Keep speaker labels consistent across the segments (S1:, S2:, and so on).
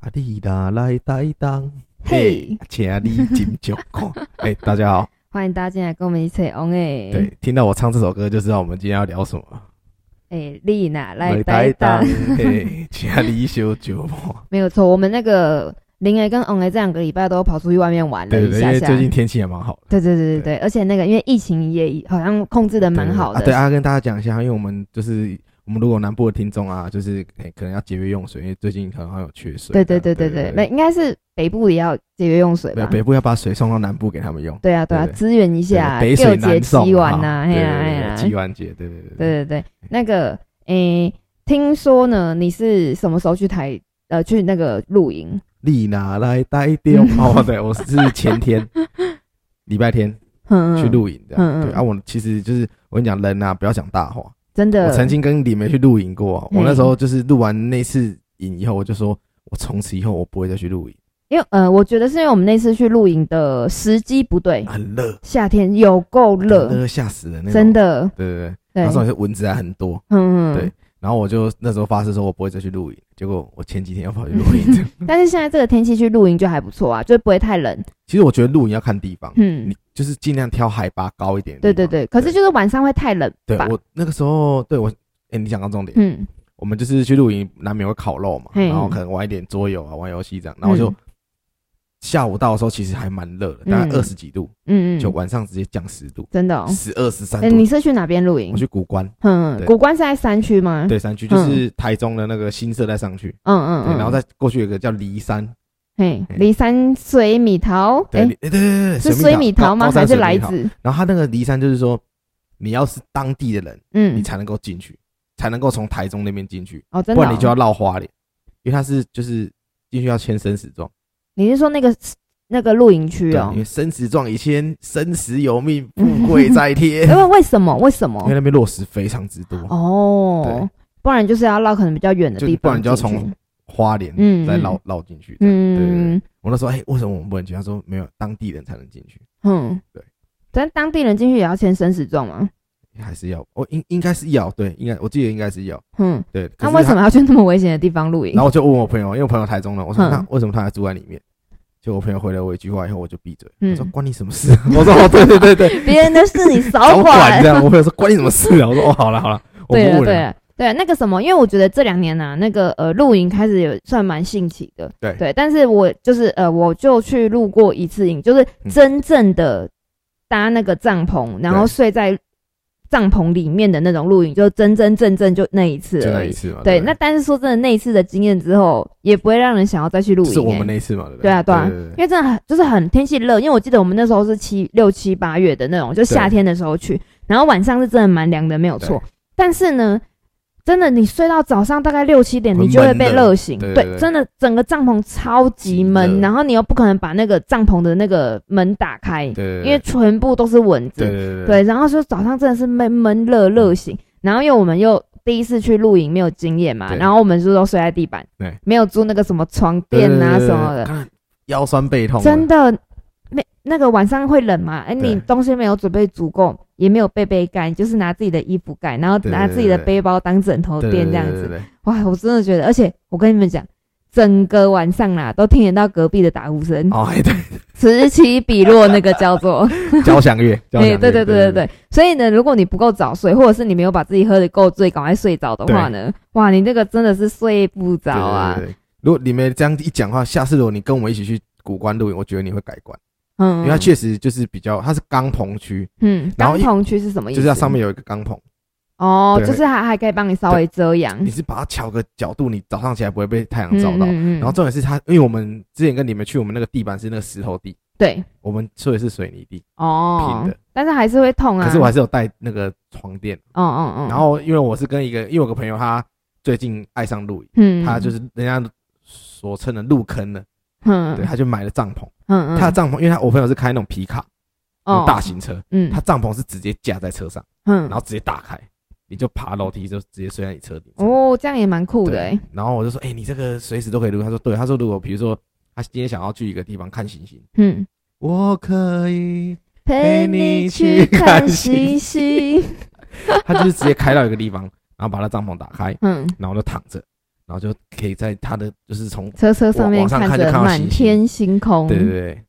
S1: 啊，你啦来担当，
S2: 嘿，
S1: 哎请你斟酌看。 哎、大家好，
S2: 欢迎大家进来跟我们一起玩诶。
S1: 对，，听到我唱这首歌就知道我们今天要聊什么。
S2: 哎，丽娜来搭
S1: 担
S2: 档，，
S1: 嘿，请你小酒嘛。
S2: 没有错。我们那个林诶跟翁诶这两个礼拜都跑出去外面玩了
S1: 对对
S2: 一
S1: 对，因
S2: 下
S1: 为
S2: 下。
S1: 最近天气也蛮好的，
S2: 对对对对对，而且那个因为疫情也好像控制的蛮好的。
S1: 对对对啊，对啊跟大家讲一下，因为我们就是我们如果南部的听众啊，就是、哎可能要节约用水，因为最近可能好像有缺水。
S2: 对对对对对，那应该是北部也要节约用水
S1: 对
S2: 吧？
S1: 北部要把水送到南部给他们用。
S2: 对啊对啊，
S1: 对
S2: 支援一下，
S1: 对北水
S2: 节
S1: 南送
S2: 气哎完
S1: 啊
S2: 呐，
S1: 对
S2: 嘿
S1: 对
S2: 啦嘿
S1: 对，
S2: 啦，
S1: 鸡丸节，对对对
S2: 对对对，那个诶、听说呢，你是什么时候去台呃去那个露营？
S1: 丽娜来带丢
S2: 嗯
S1: 哦，对，我是前天 礼拜天
S2: 嗯，嗯
S1: 去露营的。
S2: 嗯嗯
S1: 对啊，我其实就是我跟你讲，人啊不要讲大话。
S2: 真的，
S1: 我曾经跟李梅去露营过啊，我那
S2: 嘿
S1: 时候就是露完那次营以后，我就说我从此以后我不会再去露营，
S2: 因为呃，我觉得是因为我们那次去露营的时机不对，
S1: 很热，
S2: 夏天有够嗯热，
S1: 热吓死人那种。
S2: 真，的，
S1: 对对对，
S2: 对，
S1: 那时候也
S2: 嗯
S1: 是蚊子还很多。
S2: 嗯，
S1: 对。然后我就那时候发誓说我不会再去露营，结果我前几天又跑去露营。
S2: 但是现在这个天气去露营就还不错啊，就不会太冷，
S1: 其实我觉得露营要看地方，
S2: 嗯
S1: 你，就是尽量挑海拔高一点。
S2: 对对，对。可是就是晚上会太冷
S1: 对
S2: 吧？
S1: 我那个时候对我，哎，你讲到重点，
S2: 嗯，
S1: 我们就是去露营，难免会烤肉嘛，
S2: 嘿
S1: 然后可能玩一点桌游啊，玩游戏这样，然后就
S2: 嗯
S1: 下午到的时候其实还蛮热的，大概
S2: 嗯
S1: 二十几度，
S2: 嗯嗯，
S1: 就晚上直接降十度，
S2: 真的哦。
S1: 十二十三
S2: 哎，你
S1: 度。
S2: 是去哪边露营
S1: 我？去古关，
S2: 嗯，
S1: 对
S2: 古关是在山区吗？，
S1: 对，山区就是台中的那个新社再上去，
S2: 嗯嗯
S1: 对
S2: 嗯，
S1: 然后再过去有一个叫骊山，
S2: 嘿，
S1: 嘿
S2: 离山水米桃，
S1: 对
S2: 哎，
S1: 对对对对，
S2: 是水米桃吗？
S1: 高高山
S2: 还是
S1: 水
S2: 来
S1: 蜜桃
S2: 自？
S1: 然后他那个骊山就是说，你要是当地的人，你
S2: 嗯，
S1: 才能够进去，才能够从台中那边进去，
S2: 哦，真
S1: 不
S2: 的
S1: 然你就
S2: 哦，
S1: 要绕花莲，因为它是就是进去要签生死状。
S2: 你是说那个那个露营区
S1: 对，啊
S2: 哦
S1: 因？为生死状以前生死有命，富贵在天。
S2: 因哎为为什么？为什
S1: 因为
S2: 么？
S1: 那边落石非常之多，
S2: 哦
S1: 对，
S2: 不然就是要绕可能比较远的
S1: 就
S2: 地
S1: 不
S2: 方
S1: 然
S2: 进去，
S1: 就要从花莲
S2: 嗯
S1: 再绕绕进去。
S2: 嗯
S1: 我那时候哎，为什么我们不能去？他说没有，当地人才能进去，
S2: 嗯，
S1: 对。
S2: 但当地人进去也要签生死状吗？
S1: 还是要哦，应应该是要对，应该我记得应该是要
S2: 嗯，
S1: 对。可
S2: 那
S1: 是
S2: 为什
S1: 他
S2: 么要去那么危险的地方露营
S1: 然？后我就问我朋友，因为我朋友台中人，我说
S2: 嗯
S1: 那为什么他还住在里面？就我朋友回了我一句话以后，我就闭嘴。
S2: 嗯
S1: 我说关你什么事？ 我说哦，对对对对，
S2: 别人的事你
S1: 少
S2: 少
S1: 管这样。我朋友说关你什么事啊？我说哦，好了好了，我不
S2: 对了
S1: 问
S2: 对啊
S1: 了。
S2: 了对了，那个什么，因为我觉得这两年啊，那个呃露营开始有算蛮兴起的，
S1: 对
S2: 对，但是我就是呃我就去露过一次营，就是
S1: 嗯
S2: 真正的搭那个帐篷，然后
S1: 对
S2: 睡在帐篷里面的那种露营，就真真正正就那一次
S1: 就那
S2: 而
S1: 一
S2: 已。
S1: 次嘛。
S2: 对，
S1: 不
S2: 那但是说真的，那一次的经验之后，也不会让人想要再去露营、
S1: 是我们
S2: 欸
S1: 那一次嘛，对不
S2: 对啊对啊
S1: 对
S2: 因为真的很就是很天气热，因为我记得我们那时候是七六七八月的那种，就夏天的时候去，然后晚上是真的蛮凉的，没有错。但是呢，真的你睡到早上大概六七点，
S1: 会
S2: 你就会被热醒，
S1: 闷的对对对
S2: 真的整个帐篷超级
S1: 极
S2: 闷，
S1: 热
S2: 然后你又不可能把那个帐篷的那个门打开，
S1: 对对，
S2: 因为全部都是蚊
S1: 对对
S2: 子，
S1: 嗯
S2: 对，然后说早上真的是闷闷热热醒，然后因为我们又。第一次去露营没有经验嘛，
S1: 对
S2: 然后我们就都睡在地板
S1: 对，
S2: 没有租那个什么床垫啊什么的，
S1: 的，腰酸背痛，
S2: 真的没那个晚上会冷嘛？哎、你
S1: 对
S2: 东西没有准备足够，也没有被被盖，你就是拿自己的衣服盖，然后
S1: 对对
S2: 拿自己的
S1: 对对
S2: 背包当枕头
S1: 对
S2: 垫这样子。，哇，我真的觉得，而且我跟你们讲。整个晚上啦，都听得到隔壁的打呼声，
S1: 哦，哎对，
S2: 此起彼落，那个叫做，
S1: 交响乐，交响
S2: 哎，
S1: 乐，
S2: 对对对对对，所以呢，如果你不够早睡，或者是你没有把自己喝得够醉，赶快睡着的话呢，哇，你这个真的是睡不
S1: 对
S2: 着啊，。
S1: 对对对如果你们这样一讲话，下次如果你跟我们一起去古关露营，我觉得你会改观，
S2: 嗯，
S1: 因为它确实就是比较，它是钢棚区，
S2: 嗯，
S1: 然后
S2: 当
S1: 一
S2: 同区是什么意
S1: 就
S2: 思？
S1: 是它上面有一个钢棚，
S2: 哦，
S1: 对
S2: 就是还还可以帮你稍微遮阳，
S1: 你是把它翘个角度，你早上起来不会被太阳照到。
S2: 嗯嗯嗯
S1: 然后重点是它，因为我们之前跟你们去，我们那个地板是那个石头地，
S2: 对
S1: 我们睡的是水泥地，
S2: 哦，
S1: 平的
S2: 但是还是会痛啊。
S1: 可是我还是有带那个床垫。
S2: 嗯嗯嗯，
S1: 然后因为我是跟一个，因为我有个朋友他最近爱上露营。
S2: 嗯，
S1: 他就是人家所称的入坑了，
S2: 嗯
S1: 对，他就买了帐篷。
S2: 嗯嗯，哦
S1: 他的帐篷，因为他我朋友是开那种皮卡，那种大型车，
S2: 嗯
S1: 他帐篷是直接架在车上，
S2: 嗯
S1: 然后直接打开，你就爬楼梯就直接睡在你车顶上。
S2: 哦，这样也蛮酷的哎
S1: 对，然后我就说，哎，你这个随时都可以录。他说，对，他说如果比如说他今天想要去一个地方看星星，
S2: 嗯，
S1: 我可以，
S2: 陪
S1: 你
S2: 你
S1: 去
S2: 去
S1: 看
S2: 看
S1: 星
S2: 星星，
S1: 他就是直接开到一个地方，然后把他帐篷打开，
S2: 嗯
S1: 然后就躺着，然后就可以在它的就是从
S2: 车车上面
S1: 往上看就
S2: 着
S1: 看到
S2: 满
S1: 星星
S2: 天星空，
S1: 对对对，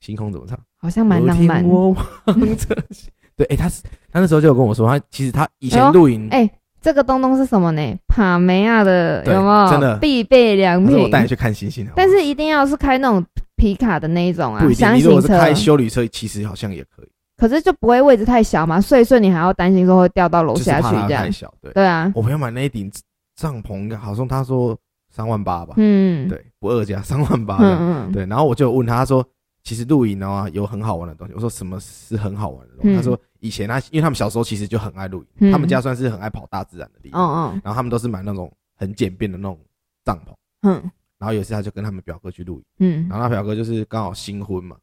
S1: 星空怎么唱？
S2: 好像蛮浪漫
S1: 有听。我望着星。对，哎、他是他那时候就有跟我说，他其实他以
S2: 哎
S1: 前
S2: 呦
S1: 露营，
S2: 哎、这个东东是什么呢？帕梅亚的
S1: 对
S2: 有没有？
S1: 真的
S2: 必备良
S1: 他说
S2: 品
S1: 我。带你去看星星好不好，
S2: 但是一定要是开那种皮卡的那一种啊
S1: 不，一定。
S2: 箱
S1: 你如
S2: 型
S1: 果是
S2: 车。
S1: 开修理车，其实好像也可以，
S2: 可是就不会位置太小嘛，睡一睡你还要担心说会掉到楼
S1: 就是
S2: 下
S1: 怕
S2: 去
S1: 它
S2: 这样
S1: 太。小。对，
S2: 对啊，
S1: 我朋友买那一顶帐篷，好像他说三万八吧，
S2: 嗯，
S1: 对，不二价三万八。
S2: 嗯嗯，
S1: 对，然后我就有问他，他说其实露营啊有很好玩的东西。我说什么是很好玩的东西？
S2: 嗯
S1: 他说以前他因为他们小时候其实就很爱露营，
S2: 嗯
S1: 他们家算是很爱跑大自然的地方，
S2: 嗯
S1: 然后他们都是买那种很简便的那种帐篷。
S2: 嗯
S1: 然后有一次他就跟他们表哥去露营，
S2: 嗯
S1: 然后他表哥就是刚好新婚嘛，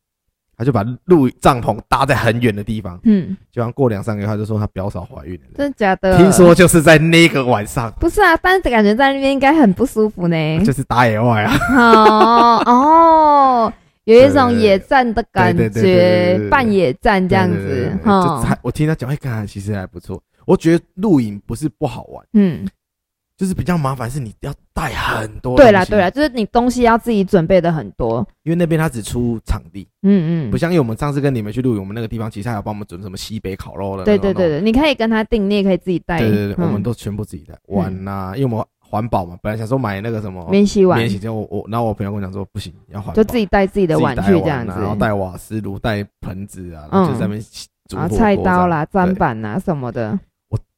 S1: 他就把露营帐篷搭在很远的地方，
S2: 嗯，
S1: 就像过两三个月他就说他表嫂怀孕了。
S2: 真的假的？
S1: 听说就是在那个晚上，
S2: 不是啊，但是感觉在那边应该很不舒服呢。
S1: 就是打野外啊，
S2: 哦哦，有一种
S1: 对对对
S2: 野战的感
S1: 对对对对对
S2: 觉
S1: 对，
S2: 半野战这样
S1: 对对对
S2: 子哦
S1: 对，对就
S2: 哈，
S1: 才我听他讲，哎，看其实还不错。我觉得露营不是不好玩。
S2: 嗯，
S1: 就是比较麻烦，是你要带很多。
S2: 对啦对啦，，就是你东西要自己准备的很多，
S1: 因为那边他只出场地，
S2: 嗯
S1: 不
S2: 嗯，
S1: 像因为我们上次跟你们去露营，我们那个地方其实还有帮我们准什么西北烤肉了。
S2: 对对对
S1: 对
S2: 对，你可以跟他订，你也可以自己带，
S1: 对对对，
S2: 嗯
S1: 我们都全部自己带碗呐，因为我们环保嘛，本来想说买那个什么
S2: 免洗碗
S1: 免洗，结果我我，然后我朋友跟我讲说不行，要环保，
S2: 就自己带自己
S1: 自
S2: 的
S1: 己
S2: 碗
S1: 带
S2: 去这
S1: 碗
S2: 样
S1: 啊
S2: 子，
S1: 然后带瓦斯炉、带盆子啊，
S2: 嗯
S1: 然后就在那边洗煮
S2: 然
S1: 火
S2: 后
S1: 锅
S2: 菜
S1: 这
S2: 刀
S1: 样
S2: 啦、砧，板啦什么的，
S1: 对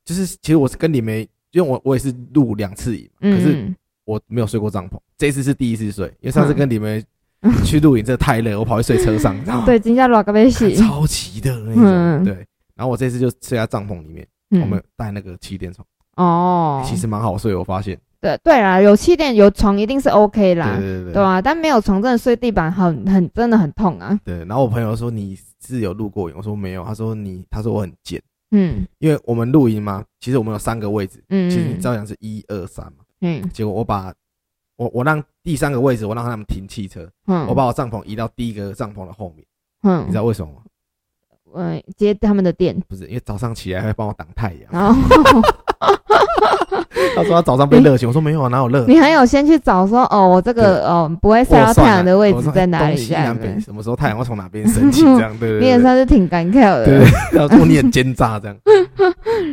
S1: 就是其实我是跟你们，因为我我也是露两次营嘛，可是
S2: 嗯，
S1: 我没有睡过帐篷，这次是第一次睡，因为上次
S2: 嗯
S1: 跟你们去露营真的太累，我跑去睡车上，你知道吗？
S2: 对，今天老个被洗
S1: 干，超级的那一种。
S2: 嗯
S1: 对，然后我这次就睡在帐篷里面，
S2: 嗯
S1: 我们带那个气垫床，
S2: 哦，
S1: 其实蛮好睡，我发现。
S2: 对对啦，有气垫有床一定是 OK
S1: 对
S2: 啦，
S1: 对对
S2: 对
S1: 对。
S2: 啊，但没有床真的睡地板很很真的很痛啊，
S1: 对，然后我朋友说你是有露过营，我说没有，他说你，他说我很贱，
S2: 嗯
S1: 因为我们露营嘛，其实我们有三个位置，
S2: 嗯，
S1: 其实你照样是一二三嘛，
S2: 嗯
S1: 结果我把。我我让第三个位置，我让他们停汽车，
S2: 嗯，
S1: 我把我帐篷移到第一个帐篷的后面，
S2: 嗯，
S1: 你知道为什么吗？
S2: 嗯接他们的电，
S1: 不是，因为早上起来会帮我挡太阳。
S2: 然后
S1: 他说他早上被热醒，我说没有啊，哪有热？
S2: 你还有先去找说哦，我这个哦不会晒
S1: 我
S2: 到
S1: 算
S2: 太
S1: 了
S2: 阳的位
S1: 我
S2: 置
S1: 说
S2: 在
S1: 哎
S2: 哪
S1: 东
S2: 里啊
S1: 西
S2: 这样
S1: 南
S2: 子，
S1: 北，什么时候太阳会从哪边 升起？这样对对
S2: 你也
S1: 对对。
S2: 算是挺敢跳的。
S1: 对，然后说你很奸诈 这样。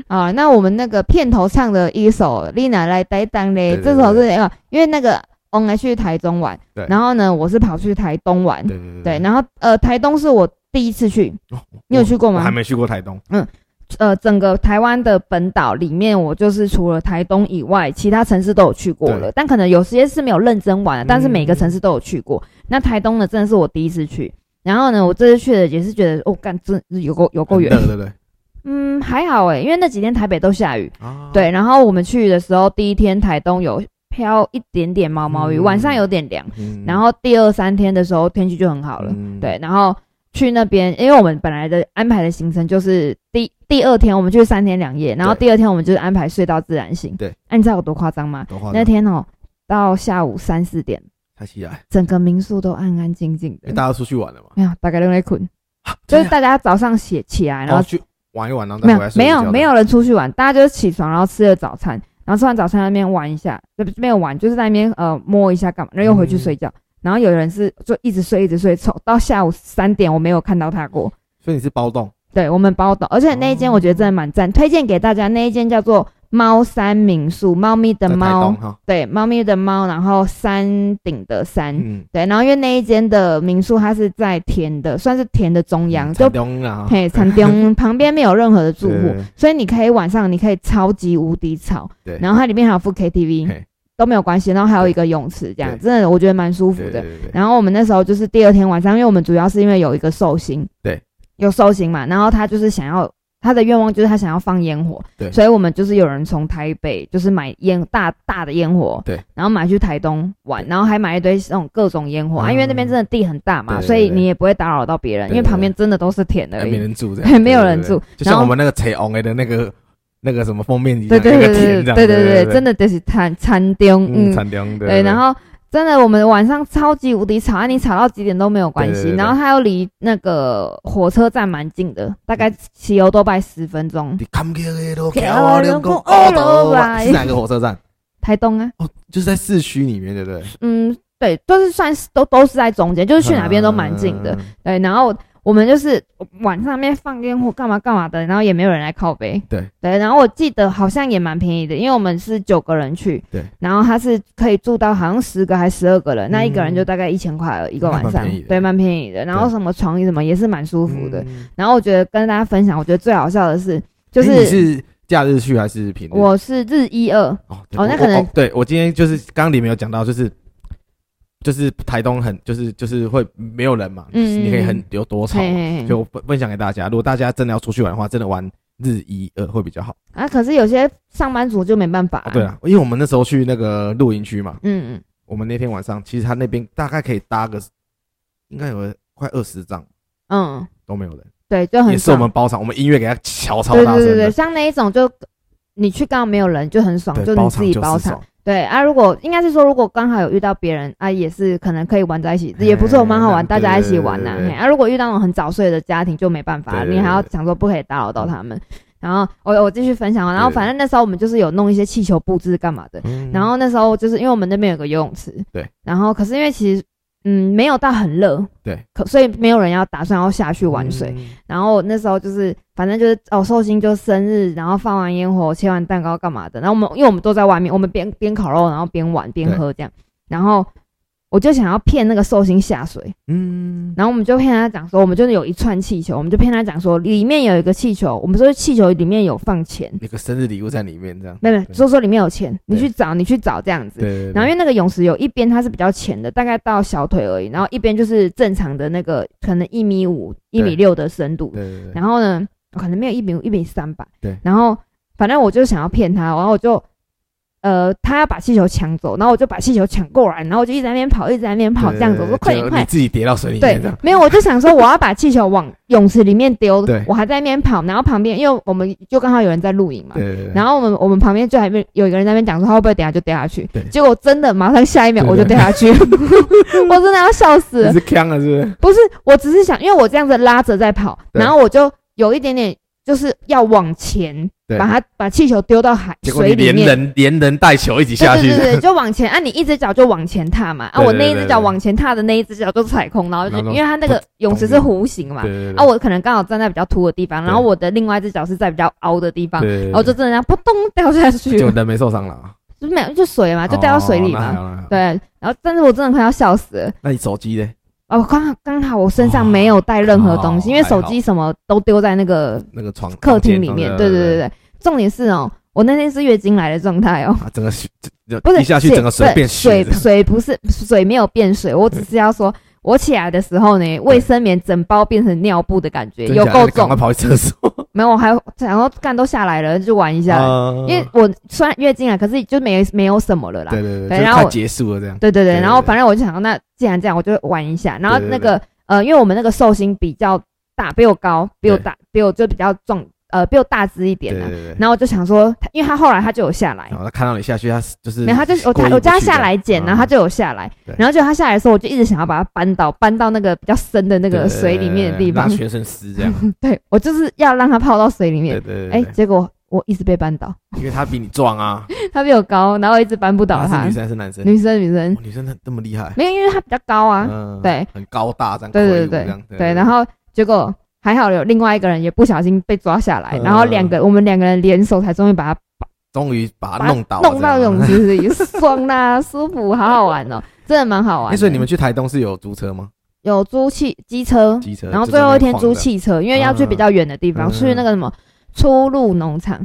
S2: 啊，那我们那个片头唱的一首《丽娜来担当》嘞，
S1: 对对
S2: 这首是呃，因为那个我们去台中玩
S1: 对，
S2: 然后呢，我是跑去台东玩，
S1: 对对
S2: 对，然后呃，台东是我第一次去，
S1: 哦
S2: 你有去过
S1: 我还
S2: 吗？
S1: 没去过台东。
S2: 呃，整个台湾的本岛里面，我就是除了台东以外，其他城市都有去过了，
S1: 对
S2: 但可能有些是没有认真玩的，但是每个
S1: 嗯
S2: 城市都有去过。那台东呢，真的是我第一次去。然后呢，我这次去的也是觉得，哦，干，真有够有够
S1: 很
S2: 远
S1: 热。对对对。
S2: 嗯，还好诶，因为那几天台北都下雨，
S1: 啊，
S2: 对，然后我们去的时候，第一天台东有飘一点点毛毛雨，
S1: 嗯
S2: 晚上有点凉。
S1: 嗯。
S2: 然后第二三天的时候天气就很好了，
S1: 嗯，
S2: 对，然后去那边，因为我们本来的安排的行程就是第第二天我们去三天两夜，然后第二天我们就是安排睡到自然醒。啊
S1: 对，
S2: 那、你知道有多夸张吗？
S1: 多夸张。
S2: 那天哦，到下午三四点，
S1: 才起来，
S2: 整个民宿都安安静静
S1: 因为
S2: 的，
S1: 大家出去玩了嘛，啊
S2: 没有，大概都在困，嗯就
S1: 哎真
S2: 是
S1: 的哦
S2: 大家早上起起来，然
S1: 然后
S2: 后
S1: 去玩一玩，然后
S2: 没
S1: 再
S2: 有
S1: 回来睡
S2: 没
S1: 一觉
S2: 有没有人出去玩，大家就是起床，然后吃了早餐，然后吃完早餐在那边玩一下，这没有玩，就是在那边呃摸一下干嘛，然后又回
S1: 嗯
S2: 去睡觉。然后有人是就一直睡一直睡，从到下午三点我没有看到他过。
S1: 所以你是包栋，
S2: 对我们包的，而且那一
S1: 哦
S2: 间我觉得真的蛮赞，推荐给大家。那一间叫做猫山民宿，猫咪的
S1: 在台
S2: 猫
S1: 东，哈，
S2: 对，猫咪的猫，然后山顶的山。
S1: 嗯，
S2: 对，然后因为那一间的民宿，它是在田的，算是田的中央，
S1: 嗯
S2: 就
S1: 台东啊，
S2: 嘿，餐 厅旁边没有任何的住户
S1: 对，
S2: 所以你可以晚上你可以超级无敌吵，
S1: 对
S2: 然后它里面还有附
S1: 嘿
S2: KTV 都没有关系，然后还有一个泳池，这样
S1: 对
S2: 真的我觉得蛮舒服
S1: 对对
S2: 的。
S1: 对对对，
S2: 然后我们那时候就是第二天晚上，因为我们主要是因为有一个寿星，
S1: 对，
S2: 有寿星嘛，然后他就是想要他的愿望就是他想要放烟火，
S1: 对
S2: 所以我们就是有人从台北就是买烟大大的烟火，
S1: 对，
S2: 然后买去台东玩，
S1: 对
S2: 然后还买一堆那种各种烟火啊，
S1: 嗯
S2: 因为那边真的地很大嘛，
S1: 对对
S2: 所以
S1: 对
S2: 你也不会打扰到别人，
S1: 对
S2: 因为
S1: 对
S2: 旁边真的都是田而
S1: 哎没
S2: 已。
S1: 人住这样，
S2: 嘿
S1: 对
S2: 没有
S1: 对
S2: 人
S1: 对
S2: 住
S1: 就
S2: 然
S1: 像
S2: 后
S1: 我们那个彩虹的那个那个什么封面一样，
S2: 对对
S1: 那
S2: 对
S1: 个
S2: 对
S1: 田这
S2: 对
S1: 样
S2: 对
S1: 对
S2: 对，真的就是餐餐厅，
S1: 嗯，
S2: 嗯，
S1: 餐厅
S2: 对，然后真的我们晚上超级无敌吵，啊，你吵到几点都没有关
S1: 对
S2: 系。
S1: 对对
S2: 然后它又离那个火车站蛮近的，大
S1: 嗯
S2: 概骑欧多拜十分钟。
S1: 你看不见的路
S2: 走
S1: 桥啊，
S2: 啊
S1: 你讲
S2: 两公
S1: 哦
S2: 哦
S1: 走啊
S2: 来
S1: 是哪个火车站？
S2: 台东啊，
S1: 就是在市区里面，对不对？
S2: 嗯，对，都是算是都都是在中间，就是去哪边都蛮近的。
S1: 嗯。
S2: 对，然后我们就是晚上面放烟火干嘛干嘛的，然后也没有人来靠背。
S1: 对
S2: 对，然后我记得好像也蛮便宜的，因为我们是九个人去，
S1: 对，
S2: 然后他是可以住到好像十个还十二个人，那一个人
S1: 嗯
S2: 就大概一千块一个晚
S1: 那
S2: 上
S1: 蛮便宜，的
S2: 对，蛮便宜的。然后
S1: 对
S2: 什么床椅什么也是蛮舒服的。
S1: 嗯
S2: 然后我觉得跟大家分享，我觉得最好笑的是，就
S1: 诶你
S2: 是
S1: 是假日去还是平日？
S2: 我是日一二，
S1: 哦，
S2: 哦
S1: 我
S2: 那可能
S1: 我对我今天就是刚刚你们有讲到，就是就是台东很就是就是会没有人嘛，
S2: 嗯
S1: 就是你可以很有多吵嘛，
S2: 嘿嘿嘿
S1: 就分分享给大家。如果大家真的要出去玩的话，真的玩日一二会比较好。
S2: 啊，可是有些上班族就没办法、
S1: 啊对，啊，因为我们那时候去那个露营区嘛，
S2: 嗯，
S1: 我们那天晚上其实他那边大概可以搭个应该有快二十张
S2: 嗯嗯，
S1: 都没有人，
S2: 对，就哦很
S1: 也是我
S2: 爽。
S1: 们包场，我们音乐给他敲超
S2: 对
S1: 大
S2: 对
S1: 声
S2: 对对，
S1: 的，
S2: 像那一种就你去刚好没有人就很爽，就
S1: 包
S2: 你自
S1: 场
S2: 己
S1: 就是
S2: 包场
S1: 爽。。
S2: 对啊，如果应该是说，如果刚好有遇到别人啊，也是可能可以玩在一起，
S1: 嘿
S2: 也不错，蛮好玩，
S1: 对
S2: 大
S1: 对
S2: 家一起玩呐、
S1: 对对对
S2: 嘿啊，如果遇到那种很早睡的家庭就没办法，
S1: 对对
S2: 你还要
S1: 对
S2: 想说不可以打扰到他们。然后我我继续分享啊，然后
S1: 对
S2: 反正那时候我们就是有弄一些气球布置干嘛的，
S1: 嗯
S2: 然后那时候就是因为我们那边有个游泳池，
S1: 对，
S2: 然后可是因为其实嗯没有到很热，
S1: 对，
S2: 可所以没有人要打算要下去玩水，
S1: 嗯
S2: 然后那时候就是，反正就是哦，寿星就生日，然后放完烟火、切完蛋糕干嘛的。然后我们因为我们都在外面，我们边边烤肉，然后边玩边喝这样。然后我就想要骗那个寿星下水，
S1: 嗯，
S2: 然后我们就骗他讲说，我们就是有一串气球，我们就骗他讲说里面有一个气球，我们说气球里面有放钱，
S1: 那个生日礼物在里面这样，
S2: 没有没有，
S1: 对
S2: 说说里面有钱，你
S1: 对
S2: 去找你去找这样子。
S1: 对对，对
S2: 然后因为那个泳池有一边它是比较浅的，大概到小腿而已，然后一边就是正常的那个可能一米五、一米六的深度
S1: 对对对，
S2: 然后呢，我可能没有一米一米三吧。
S1: 对
S2: 然后反正我就想要骗他，然后我就呃，他要把气球抢走，然后我就把气球抢过来，然后我就一直在那边跑，一直在那边跑，这样子，我说快点
S1: 就
S2: 快
S1: 你
S2: 点。
S1: 自己跌到水里
S2: 对
S1: 面这样，，
S2: 没有，我就想说我要把气球往泳池里面丢
S1: 对，
S2: 我还在那边跑，然后旁边因为我们就刚好有人在录影嘛，
S1: 对对对，
S2: 然后我们我们旁边就还没有一个人在那边讲说他会不会等一下就掉下去
S1: 对，
S2: 结果真的马上下一秒我就掉下去， 我真的要笑死了
S1: 你。是呛了是不是？
S2: 不是，我只是想，因为我这样子拉着在跑，
S1: 对
S2: 然后我就有一点点就是要往前，
S1: 对
S2: 把它把气球丢到海
S1: 结果你
S2: 水里
S1: 连
S2: 面。
S1: 人连人带球一起
S2: 对
S1: 下去
S2: 对，对对，就往前啊！你一只脚就往前踏嘛，啊，
S1: 对对
S2: 我那一只
S1: 对
S2: 脚
S1: 对
S2: 往前踏的那一只脚就踩空，然后就
S1: 然后
S2: 因为它那个泳池是弧形嘛，
S1: 对对
S2: 啊，我可能刚好站在比较凸的地方，
S1: 对
S2: 然后我的另外一只脚是在比较凹的地方，
S1: 对，
S2: 然后就真的这样扑通掉下去，
S1: 就哦
S2: 就
S1: 人没受伤了啊，
S2: 没有就水嘛，就掉到水里嘛，
S1: 嘛。
S2: 对，然后但是我真的快要笑死了，
S1: 那你手机呢？
S2: 哦，刚好刚好我身上没有带任何东西，
S1: 哦
S2: 因为手机什么都丢在那个
S1: 那个床
S2: 客厅里面。对对对
S1: 哦对，
S2: 对，重点是哦，我那天是月经来的状态哦，
S1: 啊，整个水就
S2: 不是
S1: 一下去整个水
S2: 不是
S1: 变
S2: 水
S1: 这样
S2: 水不是水没有变水，我只是要说。我起来的时候呢，卫生棉整包变成尿布的感觉，
S1: 真
S2: 有
S1: 假的
S2: 够
S1: 你赶快
S2: 重。
S1: 跑去厕所。
S2: 没有，我还然后干都下来了，就玩一下。
S1: 因
S2: 因为我虽然月经来，可是就没没有什么了啦。
S1: 对对对，
S2: 对
S1: 就是
S2: 然后
S1: 快
S2: 我
S1: 结束了这样。
S2: 对对对，
S1: 对
S2: 然后反正我就想说，那既然这样，我就玩一下。然后
S1: 对
S2: 那
S1: 对对
S2: 个呃，因为我们那个寿星比较大，比我高，比我大，比我就比较壮，呃，比我大只一
S1: 对
S2: 点
S1: 对
S2: 呢、
S1: 对对。
S2: 然后我就想说，因为他后来他就有下来
S1: 然，后他看到你下去，他就是
S2: 然后他就我
S1: 过
S2: 他
S1: 意不
S2: 我叫他
S1: 去这样
S2: 下来捡，然后他
S1: 啊
S2: 就有下来
S1: 对，
S2: 然后就他下来的时候，我就一直想要把他扳倒，扳到那个比较深的那个水里面的地方
S1: 让。全身湿这样。
S2: 对我就是要让他泡到水里
S1: 对
S2: 面，
S1: 对
S2: 哎
S1: 对，对，
S2: 结果我一直被扳倒，
S1: 因为他比你壮啊。
S2: 他比我高，然后我一直扳不倒
S1: 他啊是
S2: 他
S1: 女。生还是男生？
S2: 女生女生
S1: 哦女生这么厉害。
S2: 没有，因为他比较高啊。
S1: 嗯
S2: 对，
S1: 很高大这样，
S2: 对
S1: 魁梧
S2: 对
S1: 这
S2: 对
S1: 样
S2: 对，然后结果还好有另外一个人也不小心被抓下来，
S1: 嗯
S2: 然后两个我们两个人联手才终于把他
S1: 终于把
S2: 把
S1: 它
S2: 他
S1: 弄倒了，
S2: 弄到
S1: 这样
S2: 泳。池里，爽啦，舒服，好好玩哦， 真的蛮好玩
S1: 哎，
S2: 的。
S1: 所以你们去台东是有租车吗？
S2: 有租汽机车，
S1: 机车，
S2: 然后
S1: 就
S2: 最后一
S1: 在那边
S2: 天
S1: 晃
S2: 租
S1: 的，
S2: 汽车，因为要去比较远的地方，
S1: 嗯
S2: 去那个什么初露农场，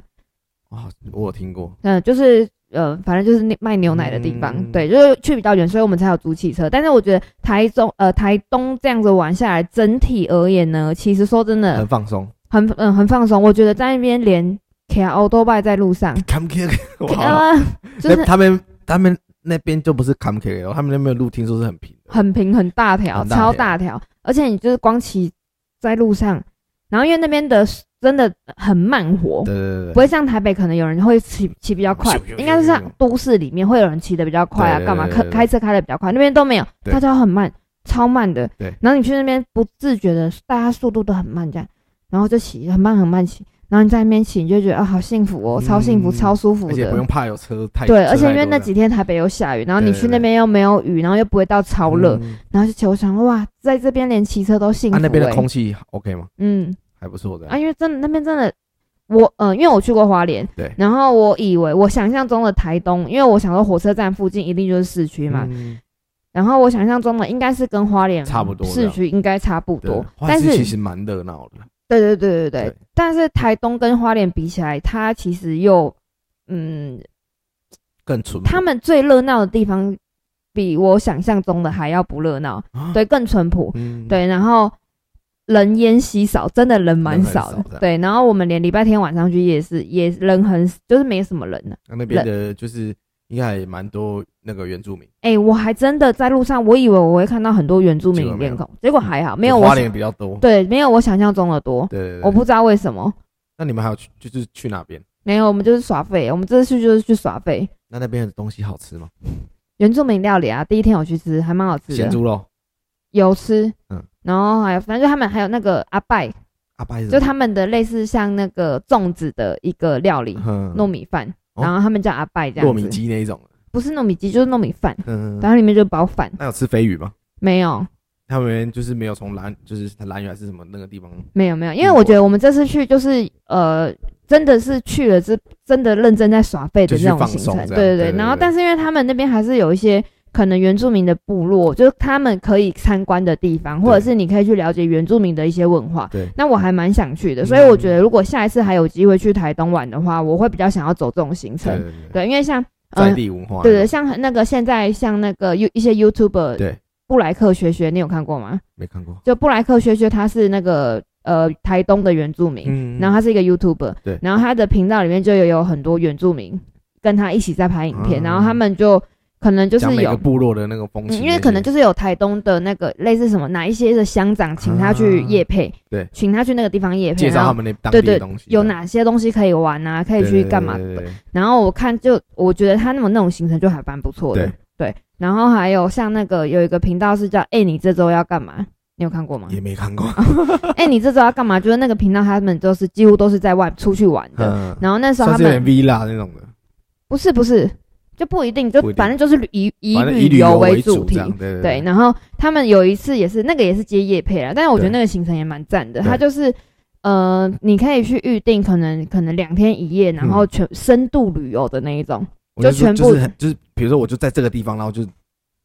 S1: 哇，我有听过，
S2: 嗯，就是。呃，反正就是那卖牛奶的地方，
S1: 嗯
S2: 对，就是去比较远，所以我们才有租汽车。但是我觉得台中呃台东这样子玩下来，整体而言呢，其实说真的，
S1: 很放松。
S2: 很嗯很放松。我觉得在那边连 K O 都拜在路上，
S1: Come here，哇，
S2: 嗯啊，就
S1: 那
S2: 是
S1: 他们他们那边就不是 Come here 了，他们那边的路听说是很平的，
S2: 很平很大条，
S1: 很大条
S2: 超大条，而且你就是光骑在路上，然后因为那边的真的很慢活。
S1: 对对对
S2: 不
S1: 对，
S2: 会像台北可能有人会骑骑比较快
S1: 咻咻，咻
S2: 应该是像都市里面会有人骑的比较快啊，
S1: 对对对
S2: 干嘛
S1: 对
S2: 开
S1: 对
S2: 开车开的比较快，那边都没有，
S1: 对
S2: 大家很慢，超慢的。
S1: 对
S2: 然后你去那边不自觉的，大家速度都很慢这样，然后就骑很慢很慢骑，然后你在那边骑，你就觉得啊，好幸福哦，超幸福，
S1: 嗯
S2: 超舒服
S1: 而且不
S2: 的
S1: 用。怕有车太
S2: 对，
S1: 车
S2: 而且
S1: 太
S2: 因为
S1: 多
S2: 那
S1: 这
S2: 几
S1: 样
S2: 天台北又下雨，然后你
S1: 对
S2: 去
S1: 对
S2: 那边又没有雨，然后又不会到超热，
S1: 嗯
S2: 然后就求想哇，在这边连骑车都幸福、
S1: 啊
S2: 欸。
S1: 那边的空气 OK 吗？
S2: 嗯
S1: 还不错的
S2: 啊，因为真的那边真的，我呃，因为我去过花莲，
S1: 对
S2: 然后我以为我想象中的台东，因为我想说火车站附近一定就是市区嘛，
S1: 嗯
S2: 然后我想象中的应该是跟花莲
S1: 差不多这
S2: 市
S1: 样
S2: 区应该差不
S1: 对
S2: 多，，
S1: 花
S2: 但
S1: 市
S2: 是
S1: 其实蛮热闹的，
S2: 对对对对对
S1: 对，
S2: 但是台东跟花莲比起来，它其实又嗯，
S1: 更淳朴。
S2: 他们最热闹的地方比我想象中的还要不热闹，
S1: 啊，
S2: 对，更淳朴，
S1: 嗯，
S2: 对，然后人烟稀少，真的人蛮
S1: 人很
S2: 少
S1: 少这
S2: 的。
S1: 样
S2: 对，然后我们连礼拜天晚上去夜市，也人很就是没什么人呢、
S1: 那那边的就是应该也蛮多那个原住民，
S2: 哎、我还真的在路上，我以为我会看到很多原住
S1: 结
S2: 民
S1: 果没有
S2: 面孔，结果还好，没
S1: 就
S2: 有我
S1: 花
S2: 想
S1: 莲比较多。
S2: 对，没有我想象中的多。
S1: 对对，对
S2: 我不。知道为什么，
S1: 那你们还有去就是去哪边？
S2: 没有，我们就是耍废，我们这次去就是去耍废。
S1: 那那边的东西好吃吗？
S2: 原住民料理啊，第一天有去吃，还蛮好吃
S1: 咸
S2: 的，
S1: 猪肉、
S2: 有吃，
S1: 嗯
S2: 然后还有反正就他们还有那个阿拜，
S1: 阿拜是什
S2: 就
S1: 么，
S2: 他们的类似像那个粽子的一个料理，
S1: 嗯
S2: 糯米饭，
S1: 哦
S2: 然后他们叫阿拜这样
S1: 糯
S2: 子，
S1: 米鸡那一种。
S2: 不是糯米鸡就是糯米饭，
S1: 嗯，
S2: 然后里面就包饭，
S1: 那有吃飞鱼吗？
S2: 没有
S1: 他们就是没有从蓝，就是蓝屿还是什么那个地方，
S2: 没有没有，因
S1: 嗯
S2: 为我觉得我们这次去就是呃。真的是去了之，真的认真在耍废的
S1: 就是
S2: 那种
S1: 放
S2: 行
S1: 松
S2: 程，
S1: 这样对
S2: 对
S1: 对对
S2: 然后，但是因为他们那边还是有一些可能原住民的部落，就是他们可以参观的地方，或者是你可以去了解原住民的一些文化。
S1: 对，
S2: 那我还蛮想去的，
S1: 嗯
S2: 所以我觉得如果下一次还有机会去台东玩的话，我会比较想要走这种行程
S1: 对。对对，
S2: 对，因为像
S1: 在
S2: 嗯
S1: 地文化。
S2: 对对，，像那个现在像那个 You 一些 YouTuber
S1: 对
S2: 布莱克学学，你有看过吗？
S1: 没看过。
S2: 就布莱克学学，他是那个呃台东的原住民，
S1: 嗯
S2: 然后他是一个 YouTuber，
S1: 对
S2: 然后他的频道里面就有有很多原住民跟他一起在拍影片，
S1: 嗯
S2: 然后他们就可能就是
S1: 讲每
S2: 有
S1: 个。部落的那个风
S2: 嗯
S1: 情那些，
S2: 因为可能就是有台东的那个类似什么哪一些的乡长，请他去
S1: 啊
S2: 夜配，
S1: 对
S2: 请他去那个地方夜配，
S1: 介绍
S2: 然
S1: 他
S2: 后
S1: 们那当
S2: 对
S1: 地
S2: 对
S1: 的东西，
S2: 有哪些东西可以玩啊，可
S1: 可
S2: 以去干嘛的，然后我看就我觉得他那么那种行程就还蛮不错的，对然后还有像那个有一个频道是叫“哎、你这周要干嘛”，你有看过吗？
S1: 也没 看过。
S2: 哎、你这周要干嘛？就是那个频道他们都是几乎都是在外出去玩的，
S1: 嗯，
S2: 然后那时候
S1: 算
S2: 他
S1: 是有点
S2: 们
S1: villa 那种的，
S2: 不是不是就不一定，就
S1: 不一定
S2: 反正就是以以
S1: 反正以
S2: 旅
S1: 旅游
S2: 为
S1: 主
S2: 题
S1: 这。样对
S2: 对，
S1: 对
S2: 然后他们有一次也是那个也是接夜配了，但是我觉得
S1: 对
S2: 那个行程也蛮赞的，
S1: 对
S2: 它就是。呃，你可以去预定，可能可能两天一夜，然后
S1: 嗯
S2: 全深度旅游的那一种。
S1: 我就
S2: 就全
S1: 说
S2: 部
S1: 就是很就是，比如说我就在这个地方，然后就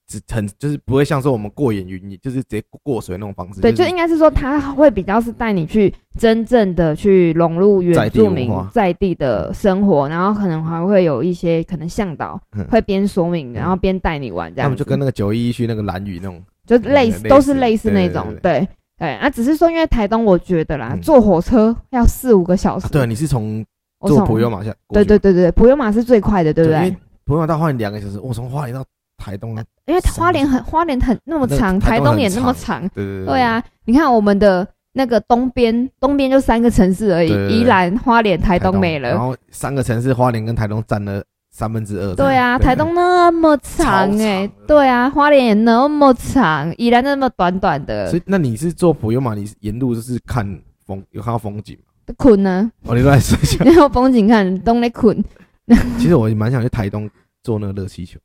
S1: 只很就是不会像说我们过眼云，你就是直接过水那种方式，
S2: 对，
S1: 就
S2: 就是应该是说他会比较是带你去真正的去融入原住
S1: 在
S2: 民
S1: 地文化
S2: 在地的生活，然后可能还会有一些可能向导
S1: 嗯
S2: 会边说明，
S1: 嗯
S2: 然后边带你玩这
S1: 他
S2: 样
S1: 们
S2: 子
S1: 就，跟那个九一一区那个蓝雨那种，
S2: 就类
S1: 类
S2: 似
S1: 似
S2: 都是类似那
S1: 对
S2: 种，
S1: 对
S2: 对对啊，只是说因为台东我觉得啦
S1: 嗯，
S2: 坐火车要四五个小时
S1: 啊，对，你是从
S2: 我
S1: 坐
S2: 从
S1: 普悠玛下，
S2: 对对，对对，普悠玛是最快的，对不
S1: 因
S2: 对
S1: 为？普悠玛到花莲两个小时，我从花莲到台东啊，
S2: 因为花莲很花莲很那么
S1: 那
S2: 长，
S1: 台
S2: 台
S1: 东
S2: 东
S1: 很
S2: 也那么
S1: 长
S2: 长，
S1: 对对对，
S2: 对啊，你看我们的那个东边，东边就三个城市而已
S1: 对对，对
S2: 宜兰、花莲、台东没
S1: 然
S2: 了。
S1: 后三个城市花莲跟台东占了三分之二，
S2: 对啊，台东那么长
S1: 超长
S2: 哎、
S1: 的
S2: 对啊，花莲也那么长，宜兰那么短短的
S1: 所，以那你是坐普悠玛，你沿路就是看风，有看到风景吗？
S2: 困呢，
S1: 哦，你都在睡觉。
S2: 然后风景看东在困
S1: 其实我也蛮想去台东做那个热气球，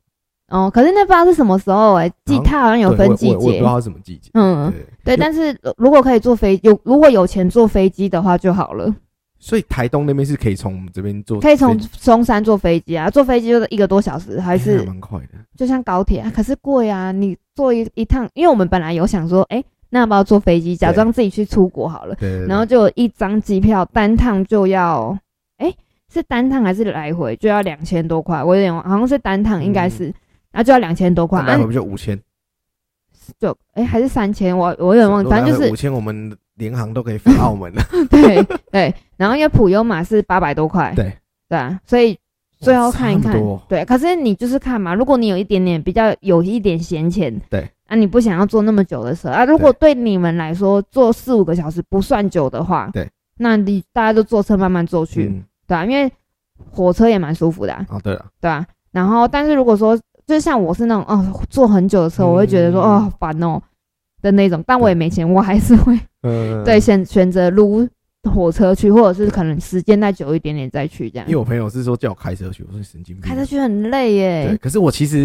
S2: 哦。可是那不知道是什么时候哎、季
S1: 好像
S2: 它好像有
S1: 对
S2: 分
S1: 我
S2: 季
S1: 我我也不
S2: 节
S1: 知，道是什么季节。
S2: 嗯，
S1: 对，
S2: 对。但是如果可以坐飞有如果有钱坐飞机的话就好了，
S1: 所以台东那边是可以从我们这边坐，
S2: 可以从松山坐飞机啊，坐飞机就是一个多小时，还
S1: 还
S2: 是
S1: 蛮快的。
S2: 就像高铁啊，可是贵啊！你坐一一趟，因为我们本来有想说，哎、那要不要坐飞机，假装自己去出国好了？
S1: 对对，对
S2: 然后就有一张机票单趟就要，哎、是单趟还是来回就要两千多块？我有点忘，好像是单趟，
S1: 嗯
S2: 应该是，那、就要两千多块，
S1: 再来回
S2: 啊、
S1: 不就五千？
S2: 就哎、还是三千，我我有点忘，反正就是
S1: 五千，我们联航都可以飞澳门了。
S2: 对对。然后因为普悠玛是八百多块，
S1: 对
S2: 对啊，所以最后看一
S1: 差
S2: 看
S1: 那么多，
S2: 对，可是你就是看嘛，如果你有一点点比较有一点闲钱，
S1: 对，
S2: 啊，你不想要坐那么久的车啊，如果对你们来说坐四五个小时不算久的话，
S1: 对，
S2: 那你大家就坐车慢慢坐 去，
S1: 嗯，
S2: 对啊，因为火车也蛮舒服的、啊，
S1: 哦对了，
S2: 对啊，然后但是如果说就是像我是那种哦坐很久的车，我会觉得说、
S1: 嗯
S2: 哦好烦哦的那种，但我也没钱，我还是会
S1: 嗯，
S2: 对选选择撸火车去，或者是可能时间再久一点点再去这样
S1: 因为。我朋友是说叫我开车去，我说你神经病啊，
S2: 开车去很累
S1: 对，
S2: 耶，
S1: 可是我其实，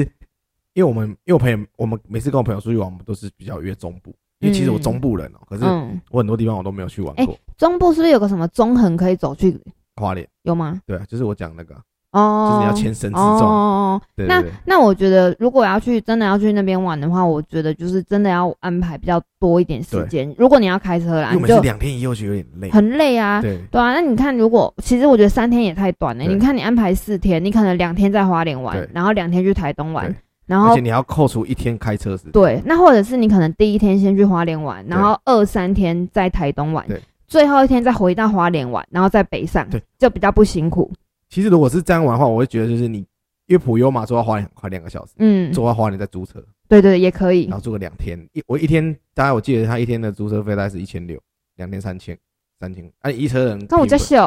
S1: 因为我们因为我朋友，我们每次跟我朋友出去玩，我们都是比较约中部，因为其实我中部人哦、可是
S2: 嗯，
S1: 我很多地方我都没有去玩过。
S2: 中部是不是有个什么中横可以走去？
S1: 花莲，
S2: 有吗？
S1: 对，就是我讲那个啊，就
S2: 哦，
S1: 是你要签生
S2: 哦
S1: 自
S2: 哦
S1: 重，
S2: 哦，
S1: 对
S2: 那
S1: 对对，
S2: 那我觉得，如果要去真的要去那边玩的话，我觉得就是真的要安排比较多一点时间。如果你要开车
S1: 因为
S2: 啦，
S1: 我
S2: 你
S1: 们是
S2: 就
S1: 两天一夜，我觉得有点累。
S2: 很累啊。
S1: 对，
S2: 对啊，那你看，如果其实我觉得三天也太短了。
S1: 对
S2: 你看你安排四天，你可能两天在花莲玩
S1: 对，
S2: 然后两天去台东玩
S1: 对，
S2: 然
S1: 而
S2: 后
S1: 且你要扣除一天开车时间，
S2: 对，那或者是你可能第一天先去花莲玩，然后二三天在台东玩
S1: 对，
S2: 最后一天再回到花莲玩，然后再北上
S1: 对，
S2: 就比较不辛苦。
S1: 其实如果是这样玩的话，我会觉得就是你，因为普悠嘛，坐到花莲很快，两个小时，
S2: 嗯，
S1: 坐到花莲再租车，
S2: 对对对，也可以
S1: 然。后住个两天，一我一天大概我记得他一天的租车费大概是一千六，两天三千，三千，啊，一车人。
S2: 看我家秀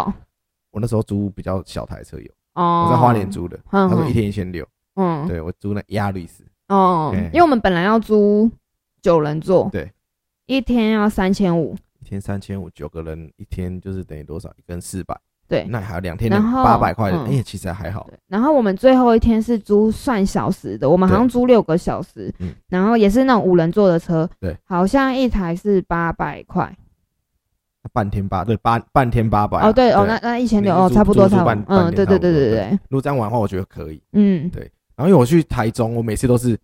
S1: 我那时候租比较小台车有，
S2: 哦，
S1: 我在花莲租的，
S2: 嗯，
S1: 他说
S2: 嗯
S1: 一天一千六，
S2: 嗯，
S1: 对我租那亚律斯，
S2: 哦
S1: 对，
S2: 因为我们本来要租九人座，
S1: 对，
S2: 一天要三千五，
S1: 一天三千五，九个人一天就是等于多少？一个人四百，
S2: 对
S1: 那还有两天的
S2: 然后
S1: 八百块的，
S2: 嗯
S1: 哎，其实还好，
S2: 对然后我们最后一天是租算小时的，我们好像租六个小时
S1: 嗯，
S2: 然后也是那种五人座的车，
S1: 对，
S2: 好像一台是八百块，
S1: 半天八对八半天八百啊，
S2: 哦，对，哦，
S1: 啊
S2: 那那一千六，
S1: 你是
S2: 哦，
S1: 租
S2: 差不多，
S1: 租
S2: 差
S1: 住
S2: 不
S1: 半
S2: 多，嗯，
S1: 半
S2: 对
S1: 天
S2: 对
S1: 差不
S2: 对
S1: 多
S2: 对
S1: 对
S2: 对，
S1: 如果这样玩的话，我觉得可以。
S2: 嗯
S1: 然后因为我去台中，我每次都是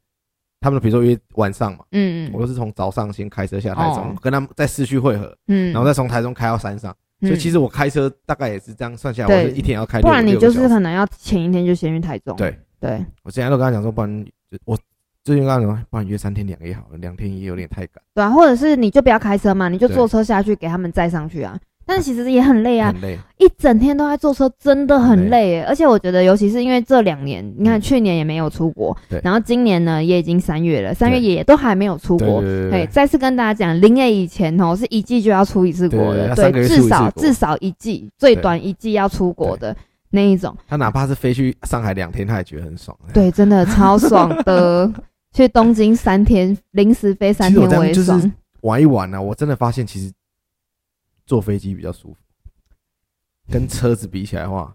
S1: 他们比如说约晚上嘛，
S2: 嗯
S1: 我都是从早上先开车下台中
S2: 哦，
S1: 跟他们在市区汇合，
S2: 嗯，
S1: 然后再从台中开到山上，所以其
S2: 实
S1: 实我开车大概也是这样算下来，我
S2: 对
S1: 是一天要开
S2: 不
S1: 六，
S2: 然你
S1: 六个
S2: 就
S1: 小
S2: 是
S1: 时
S2: 可能要前一天就先去台中，
S1: 对
S2: 对，
S1: 我之前都跟他讲说，不然就我最近跟他讲说，不然约三天两夜好了，两天一夜有点太赶，
S2: 对啊，或者是你就不要开车嘛，你就
S1: 对
S2: 坐车下去给他们载上去啊，但是其实也很累啊，
S1: 很累。
S2: 一整天都在坐车，真的
S1: 嗯很
S2: 很累耶。而且我觉得，尤其是因为这两年，你看
S1: 嗯
S2: 去年也没有出国，
S1: 对
S2: 然后今年呢也已经三月了，三月
S1: 对
S2: 也都还没有出
S1: 对
S2: 国。
S1: 对
S2: 对，
S1: 对
S2: 再次跟大家讲，零 A 以前哦是一季就要出一次国
S1: 对对
S2: 的，
S1: 对
S2: 对，
S1: 三个月出一
S2: 至
S1: 次
S2: 少
S1: 国
S2: 至少一季，最
S1: 对
S2: 短一季要出国的那一种，
S1: 他哪怕是飞去上海两天，他也觉得很爽。
S2: 对，真的超爽 的。去东京三天，临时飞三
S1: 其实我
S2: 天
S1: 这样
S2: 我也
S1: 就是
S2: 爽。
S1: 玩一玩呢、啊我真的发现其实坐飞机比较舒服，跟车子比起来的话，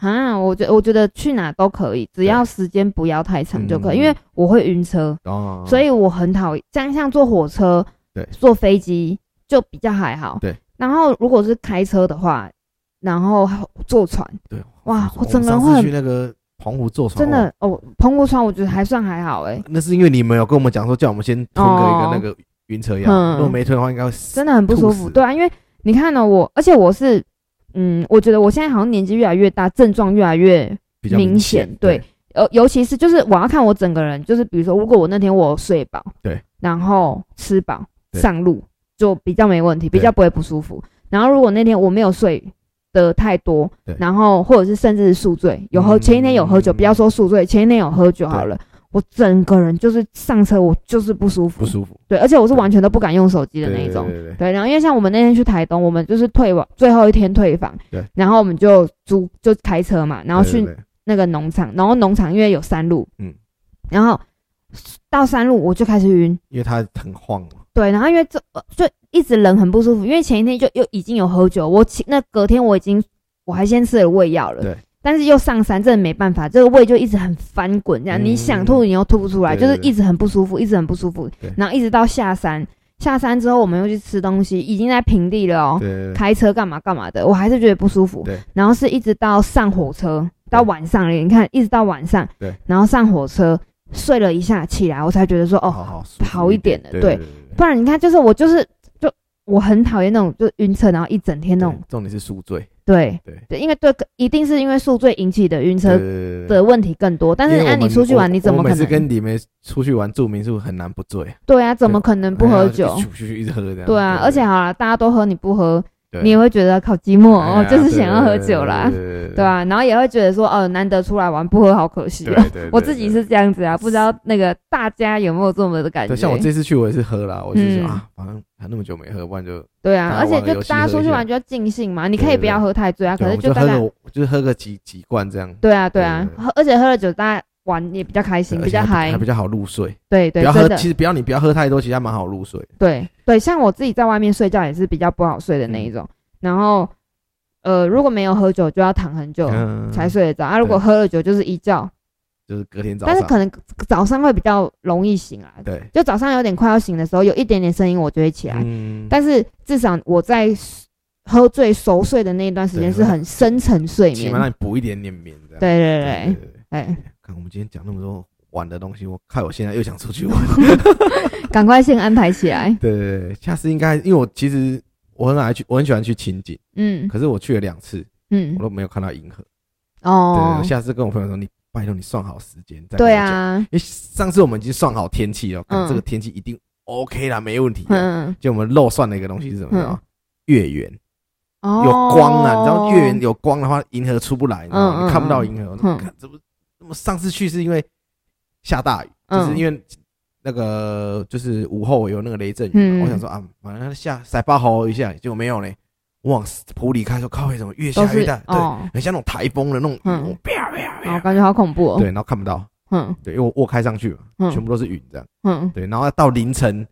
S2: 啊，我觉我觉得去哪都可以，只
S1: 对
S2: 要时间不要太长就可以，
S1: 嗯
S2: 因为我会晕车，
S1: 哦，
S2: 所以我很讨厌像像坐火车，
S1: 对
S2: 坐飞机就比较还好，
S1: 对。
S2: 然后如果是开车的话，然后坐船，
S1: 对，
S2: 哇
S1: 我
S2: 我整个
S1: 上
S2: 人
S1: 次
S2: 会很
S1: 去那个澎湖坐船，
S2: 真
S1: 哦
S2: 的哦，澎湖船我觉得还算还好哎、
S1: 那是因为你们有跟我们讲说，叫我们先吞个一个那个晕车药，
S2: 哦嗯
S1: 如果没吞的话，应该会死。
S2: 真的很不舒
S1: 吐
S2: 服。
S1: 死
S2: 对啊，因为你看呢，我而且我是，嗯，我觉得我现在好像年纪越来越大，症状越来越
S1: 比较
S2: 明
S1: 显
S2: 显，对，呃，尤其是就是我要看我整个人，就是比如说，如果我那天我睡饱，
S1: 对，
S2: 然后吃饱
S1: 对
S2: 上路就比较没问题，
S1: 对
S2: 比较不会不舒服。然后如果那天我没有睡的太多
S1: 对，
S2: 然后或者是甚至是宿醉，有喝
S1: 嗯
S2: 前一天有喝酒，不要说宿醉，前一天有喝酒好了。我整个人就是上车，我就是不舒服，
S1: 不舒服
S2: 对，而且我是完全都不敢用手机的那一种，
S1: 对对对对
S2: 对，然后因为像我们那天去台东，我们就是退网最后一天退房，
S1: 对，
S2: 然后我们就租就开车嘛，然后
S1: 对
S2: 去
S1: 对对
S2: 那个农场，然后农场因为有山路，
S1: 嗯，
S2: 然后到山路我就开始晕，
S1: 因为它很晃嘛，
S2: 对，然后因为这呃就一直人很不舒服，因为前一天就又已经有喝酒，我起那隔天我已经我还先吃了胃药了，
S1: 对。
S2: 但是又上山，真的没办法，这个胃就一直很翻滚，这样、
S1: 嗯
S2: 你想吐你又吐不出来，
S1: 对对
S2: 就是一直很不舒服，一直很不舒服
S1: 对，
S2: 然后一直到下山，下山之后我们又去吃东西，已经在平地了哦，
S1: 对对对，
S2: 开车干嘛干嘛的，我还是觉得不舒服。
S1: 对，
S2: 然后是一直到上火车，到晚上了，你看一直到晚上，
S1: 对，
S2: 然后上火车睡了一下，起来我才觉得说，哦，
S1: 好好舒服
S2: 好一点的
S1: 对
S2: 对
S1: 对对对
S2: 不然你看，就是我就是就我很讨厌那种就晕车，然后一整天那种
S1: 对，重点是宿醉，
S2: 对
S1: 对
S2: 对，因为对，一定是因为宿醉引起的晕车
S1: 对
S2: 的问题更多。但是
S1: 因为我
S2: 按
S1: 们
S2: 你出去玩，
S1: 我
S2: 你怎么
S1: 我每
S2: 可
S1: 次
S2: 能？
S1: 跟你们出去玩住民宿很难不醉，
S2: 对啊，怎么可能不喝酒
S1: 哎呀？就一直一直喝这样。
S2: 对啊，而且好了，大家都喝，你不喝，
S1: 对
S2: 你也会觉得靠寂寞
S1: 哎
S2: 哦
S1: 呀，
S2: 就是想要喝酒啦，
S1: 对
S2: 对啊吧？然后也会觉得说，哦，难得出来玩，不喝好可惜
S1: 对
S2: 哦。
S1: 对对
S2: 我自己是这样子啊，不知道那个大家有没有这么的感
S1: 对，像我
S2: 觉？
S1: 这次去我也是喝啦，我就是说
S2: 嗯
S1: 啊，反正还那么久没喝，不然就
S2: 对
S1: 大
S2: 啊，
S1: 家
S2: 而且
S1: 玩个
S2: 就
S1: 游戏
S2: 大家出
S1: 喝
S2: 去
S1: 一下
S2: 玩就要尽兴嘛，你可
S1: 对
S2: 以
S1: 对
S2: 不要喝太醉啊，可
S1: 对我
S2: 是
S1: 们就
S2: 大
S1: 喝
S2: 家
S1: 个就是喝个几几罐这样，
S2: 对啊对啊
S1: 对，对
S2: 喝而且喝了酒大家玩也比较开心，
S1: 对
S2: 比较
S1: 而且还
S2: 嗨
S1: 还比，较好入睡。
S2: 对
S1: 不
S2: 对，
S1: 要
S2: 真
S1: 喝，
S2: 的
S1: 其实不要你不要喝太多，其实还蛮好入睡。嗯
S2: 对对，像我自己在外面睡觉也是比较不好睡的那一种。然后呃如果没有喝酒就要躺很久
S1: 嗯
S2: 才睡得着，啊如果
S1: 对
S2: 喝了酒就是一觉，
S1: 就是隔天早上，
S2: 但是可能早上会比较容易醒来，
S1: 对，
S2: 就早上有点快要醒的时候，有一点点声音我就会起来，
S1: 嗯，
S2: 但是至少我在喝醉熟睡的那一段时间
S1: 对
S2: 是很深层睡
S1: 起
S2: 眠
S1: 码，让你补一点点眠，这样。
S2: 对对
S1: 对对
S2: 对
S1: 对。
S2: 哎，
S1: 看我们今天讲那么多玩的东西，我看我现在又想出去玩。
S2: 赶快先安排起来，
S1: 对对对，下次应该因为我其实我很爱去，我很喜欢去清景，
S2: 嗯
S1: 可是我去了两次，
S2: 嗯
S1: 我都没有看到银河。对对
S2: 哦
S1: 对，，下次跟我朋友说，你拜托你算好时间再跟我
S2: 对
S1: 讲，
S2: 啊，
S1: 因为上次我们已经算好天气了，看
S2: 嗯
S1: 这个天气一定 OK 啦，没问题啦。
S2: 嗯
S1: 就我们漏算了一个东西是什么？你知道吗月圆
S2: 哦，
S1: 有光啊，你知道月圆有光的话，银河出不来，你知道
S2: 嗯
S1: 吗
S2: 嗯
S1: 你看不到银河。
S2: 嗯
S1: 看这不，我上次去是因为下大雨，就
S2: 嗯
S1: 是因为那个就是午后有那个雷阵雨
S2: 嗯
S1: 嘛，我想说啊，反正下塞巴吼一下，结果没有呢。我往普里看说，靠，为什么越
S2: 都
S1: 下
S2: 是
S1: 越大？对，
S2: 哦，
S1: 很像那种台风的那种
S2: 嗯
S1: 雨，啪啪
S2: 哦，
S1: 啪，
S2: 感觉好恐怖哦，
S1: 对，然后看不到，
S2: 嗯
S1: 对，因为我我开上去嘛，全
S2: 嗯
S1: 部都是云这样，
S2: 嗯
S1: 对，然后到凌晨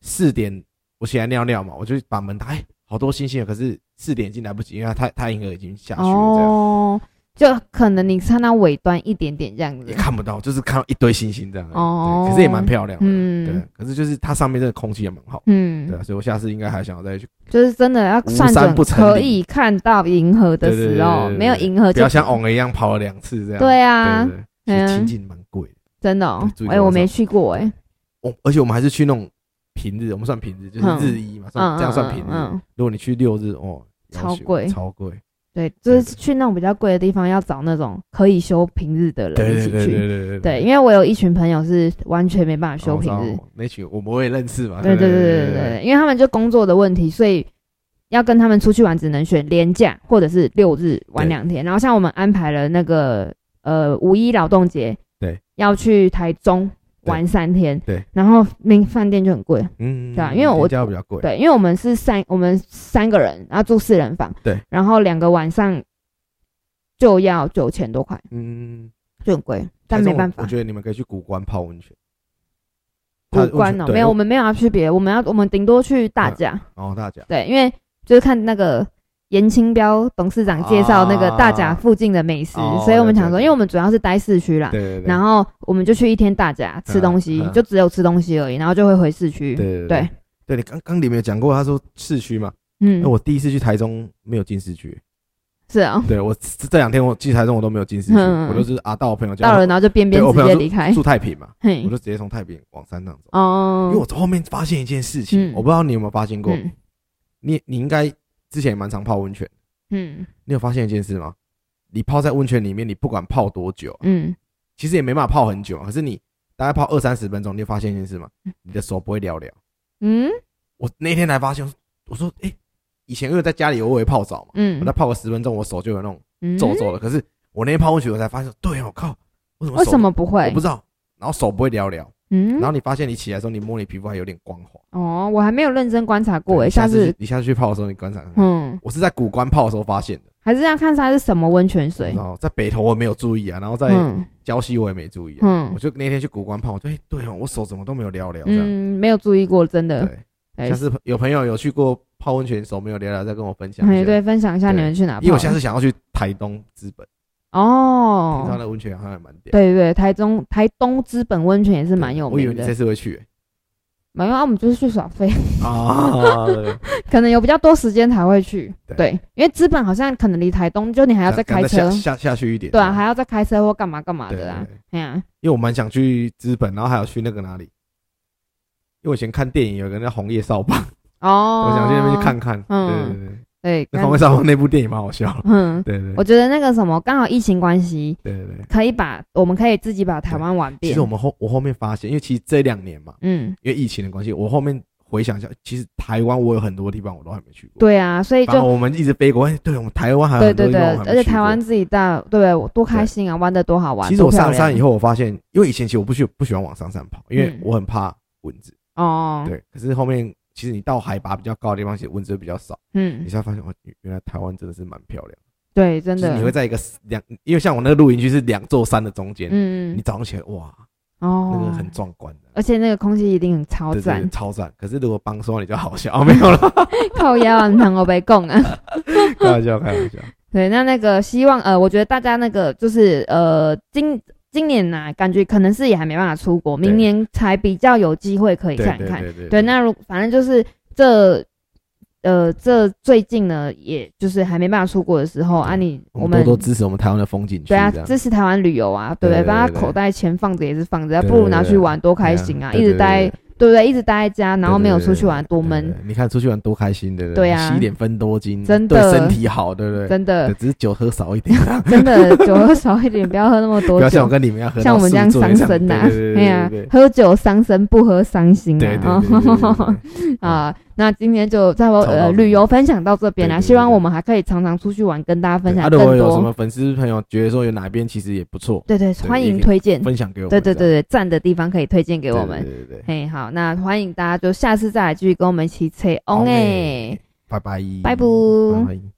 S1: 四点，我起来尿尿嘛，我就把门打开，好多星星啊，可是四点已经来不及，因为太太阳已经下去了，这样
S2: 哦，就可能你看到尾端一点点这样
S1: 也
S2: 子，
S1: 看不到，就是看到一堆星星这样，
S2: 哦
S1: 对可是也蛮漂亮的，
S2: 嗯
S1: 对，可是就是它上面这个空气也蛮好，对
S2: 嗯
S1: 啊，，所以我下次应该还想要再去，
S2: 就是真的要算
S1: 无山
S2: 准
S1: 不成林
S2: 可以看到银河的时
S1: 对
S2: 候，
S1: 对对对对
S2: 没有银河
S1: 不
S2: 呃就
S1: 要像翁儿一样跑了两次这样，
S2: 对啊
S1: 对，对对，其
S2: 嗯
S1: 实清境蛮贵的，
S2: 真的哦
S1: 对注意，
S2: 哎，
S1: 晚
S2: 我
S1: 上
S2: 没去过哎，
S1: 我而且我们还是去那种平日，我们算平日就是
S2: 嗯
S1: 日一嘛，算
S2: 嗯，
S1: 这样算平
S2: 嗯
S1: 日
S2: 嗯，嗯，
S1: 如果你去六日哦，要
S2: 超
S1: 求
S2: 贵
S1: 超贵，
S2: 对，就是去那种比较贵的地方，要找那种可以休平日的人一
S1: 对对
S2: 起
S1: 对
S2: 去。
S1: 对对对
S2: 对，因为我有一群朋友是完全没办法休
S1: 哦
S2: 平
S1: 我知
S2: 日
S1: 道，那群我们我也认识嘛。
S2: 对对对对对对，因为他们就工作的问题，所以要跟他们出去玩，只能选连假或者是六日玩两天。然后像我们安排了那个呃五一劳动节，
S1: 对，
S2: 要去台中玩三天，
S1: 对对
S2: 然后那饭店就很贵，
S1: 嗯，
S2: 对啊因为我
S1: 家比较贵，
S2: 对，因为我们是三我们三个人，然后住四人房，
S1: 对，
S2: 然后两个晚上就要九千多块，
S1: 嗯，
S2: 就很贵，但没办法
S1: 我。觉得你们可以去古关泡温泉，
S2: 古关哦，没有，我
S1: 们
S2: 们没有要去别的，我们要我们顶多去大
S1: 嗯
S2: 甲。
S1: 哦，大家
S2: 对，因为就是看那个严清标董事长介绍那个大甲附近的美食，
S1: 啊哦
S2: 所以我们想说，
S1: 了解
S2: 因为我们主要是待市区啦，
S1: 对对对，
S2: 然后我们就去一天大甲吃东西，
S1: 嗯嗯
S2: 就只有吃东西而已，然后就会回市区。
S1: 对对
S2: 对
S1: 对，对你刚刚里面有讲过，他说市区嘛，
S2: 嗯
S1: 那，我第一次去台中没有进市区，
S2: 是啊、
S1: 对我这这两天我去台中我都没有进市区，
S2: 嗯
S1: 我都是啊到我朋友家，
S2: 到了然后就边边
S1: 对我
S2: 直
S1: 朋
S2: 接
S1: 友
S2: 离开，
S1: 住太平嘛，
S2: 嘿
S1: 我就，直接从太平往山上走，因为
S2: 哦
S1: 我，在后面发现一件事情，
S2: 嗯
S1: 我不知道你有没有发现过，
S2: 嗯
S1: 你你应该之前也蛮常泡温泉。
S2: 嗯
S1: 你有发现一件事吗？你泡在温泉里面，你不管泡多久，
S2: 嗯，
S1: 其实也没办法泡很久，可是你大概泡二三十分钟，你就发现一件事吗？你的手不会聊聊。
S2: 嗯
S1: 我那天才发现，我说，哎、以前因为在家里我也泡澡嘛，我再
S2: 嗯
S1: 泡个十分钟，我手就有那种
S2: 嗯，
S1: 皱皱的。可是我那天泡温泉，我才发现，对哦，我靠，为什么
S2: 为
S1: 手
S2: 什么不会
S1: 我不？知道，然后手不会聊聊，
S2: 嗯
S1: 然，后你发现你起来的时候，你摸你皮肤还有点光滑。
S2: 哦，我还没有认真观察过诶，欸
S1: 你
S2: 下
S1: 下次
S2: 次
S1: 去你下次去泡的时候，你观察看看。
S2: 嗯，
S1: 我是在古关泡的时候发现的，
S2: 还是要看它是什么温泉水
S1: 然。后在北投我没有注意啊，然后在
S2: 嗯
S1: 礁溪我也没注意啊，
S2: 嗯
S1: 我就那天去古关泡，我就哎、对哦，我手怎么都没有聊聊这样。
S2: 嗯，没有注意过，真的。
S1: 对，
S2: 哎
S1: 下次有朋友有去过泡温泉，手没有聊聊，再跟我分享一
S2: 哎，
S1: 下。
S2: 对，，分享一下
S1: 对
S2: 你们去哪泡的？
S1: 因为我下次想要去台东资本，听说
S2: 哦，
S1: 那温泉好像也蛮屌。
S2: 对对，台中台东资本温泉也是
S1: 对，
S2: 蛮有
S1: 我以为
S2: 名
S1: 你
S2: 的
S1: 这。次会去欸
S2: 没有啊，我们就是去耍飞，
S1: 啊，对
S2: 可能有比较多时间才会去。
S1: 对
S2: 对，因为资本好像可能离台东， 就你还要再
S1: 赶
S2: 开
S1: 赶
S2: 车
S1: 下，下下去一点。
S2: 对啊，还要再开车或干嘛干嘛
S1: 对对
S2: 的啊。
S1: 对
S2: 哎呀，
S1: 因为我蛮想去资本，然后还有去那个哪里，因为我以前看电影有个那红叶扫把，
S2: 哦，
S1: 我想去那边去看看。
S2: 嗯
S1: 对对对，
S2: 对，
S1: 那
S2: 刚
S1: 红叶扫把那部电影蛮好笑的。
S2: 嗯，
S1: 对对
S2: 我觉得那个什么，刚好疫情关系，
S1: 对对对。
S2: 可以把我们可以自己把台湾玩
S1: 其
S2: 遍
S1: 实我。们后我后面发现，因为其实这两年嘛，
S2: 嗯，
S1: 因为疫情的关系，我后面回想一下，其实台湾我有很多地方我都还没去过。，
S2: 对啊，所以
S1: 反正
S2: 就。
S1: 我们一直飞过，哎，对我们台湾还有
S2: 对
S1: 很多地
S2: 对对，
S1: 方我还没
S2: 而且
S1: 去过
S2: 台湾自己大，对我多开心啊，玩的多好玩。
S1: 其实我
S2: 多漂
S1: 上山
S2: 亮
S1: 以后，我发现，因为以前其实我不喜不喜欢往上山跑，因为我很怕蚊子。
S2: 哦，
S1: 对，可是后面其实你到海拔比较高的地方，其实蚊子会比较少，
S2: 嗯
S1: 你，才发现哦，原来台湾真的是蛮漂亮。
S2: 对，真
S1: 就是
S2: 的
S1: 你会，在一个两，因为像我那个露营区是两座山的中间，
S2: 嗯
S1: 你，早上起来哇，
S2: 哦
S1: 那个很壮观的，
S2: 而且那个空气一定很超
S1: 对对对
S2: 哦赞，
S1: 超赞。可是如果帮说你就好笑，哦没有 了，
S2: 靠腰啊，能我被供啊。
S1: 开玩笑，开玩笑。
S2: 对，那那个希望呃，我觉得大家那个就是呃，今今年呐、感觉可能是也还没办法出国，明
S1: 对
S2: 年才比较有机会可以
S1: 对
S2: 看
S1: 对
S2: 看。
S1: 对对
S2: 对，那如反正就是这呃，这最近呢，也就是还没办法出国的时候啊你，
S1: 我
S2: 们
S1: 们多多支持我们台湾的风景区，
S2: 对啊，
S1: 这样
S2: 支持台湾旅游啊，对
S1: 对
S2: 不对？
S1: 对
S2: 把
S1: 对
S2: 他
S1: 对
S2: 口袋钱放着也是放着，
S1: 对
S2: 不如拿
S1: 对
S2: 去
S1: 对
S2: 玩多开心啊！
S1: 对
S2: 一直待，对不对？一直待在家，然后
S1: 对对
S2: 没有
S1: 对
S2: 出去
S1: 对
S2: 玩，多
S1: 对
S2: 闷
S1: 对，对你看出去玩多开心，对不
S2: 对啊
S1: 吸一点分多精，
S2: 真
S1: 对
S2: 的
S1: 身体好，对不对？
S2: 真
S1: 对
S2: 的，
S1: 只是酒喝少一点，
S2: 真的酒喝少一点，不要喝那么
S1: 不
S2: 多
S1: 要像我
S2: 酒，
S1: 跟你们一样喝到
S2: 像我们这样
S1: 宿醉
S2: 伤身呐
S1: 对对对，
S2: 哎呀
S1: 对对，
S2: 喝酒伤身，不喝伤心
S1: 对对
S2: 啊！
S1: 对对对对
S2: 哦 啊，那今天就差不多
S1: 差不多
S2: 呃旅游分享到这边啦，
S1: 对对对
S2: 希望我们还可以常常出去玩，跟大家分
S1: 对
S2: 享
S1: 啊
S2: 更
S1: 如果有什
S2: 多。
S1: 么粉丝朋友觉得说有哪边其实也不错，
S2: 对对，
S1: 对
S2: 欢
S1: 也可
S2: 迎
S1: 以
S2: 推荐。
S1: 分享给我
S2: 对
S1: 们，
S2: 对对对，赞的地方可以推荐给
S1: 这
S2: 我
S1: 样，
S2: 们。
S1: 对对对对，
S2: 嘿，好，那欢迎大家就下次再来继续跟我们一起吹 on 哎。
S1: 拜拜，
S2: 拜拜
S1: 拜拜。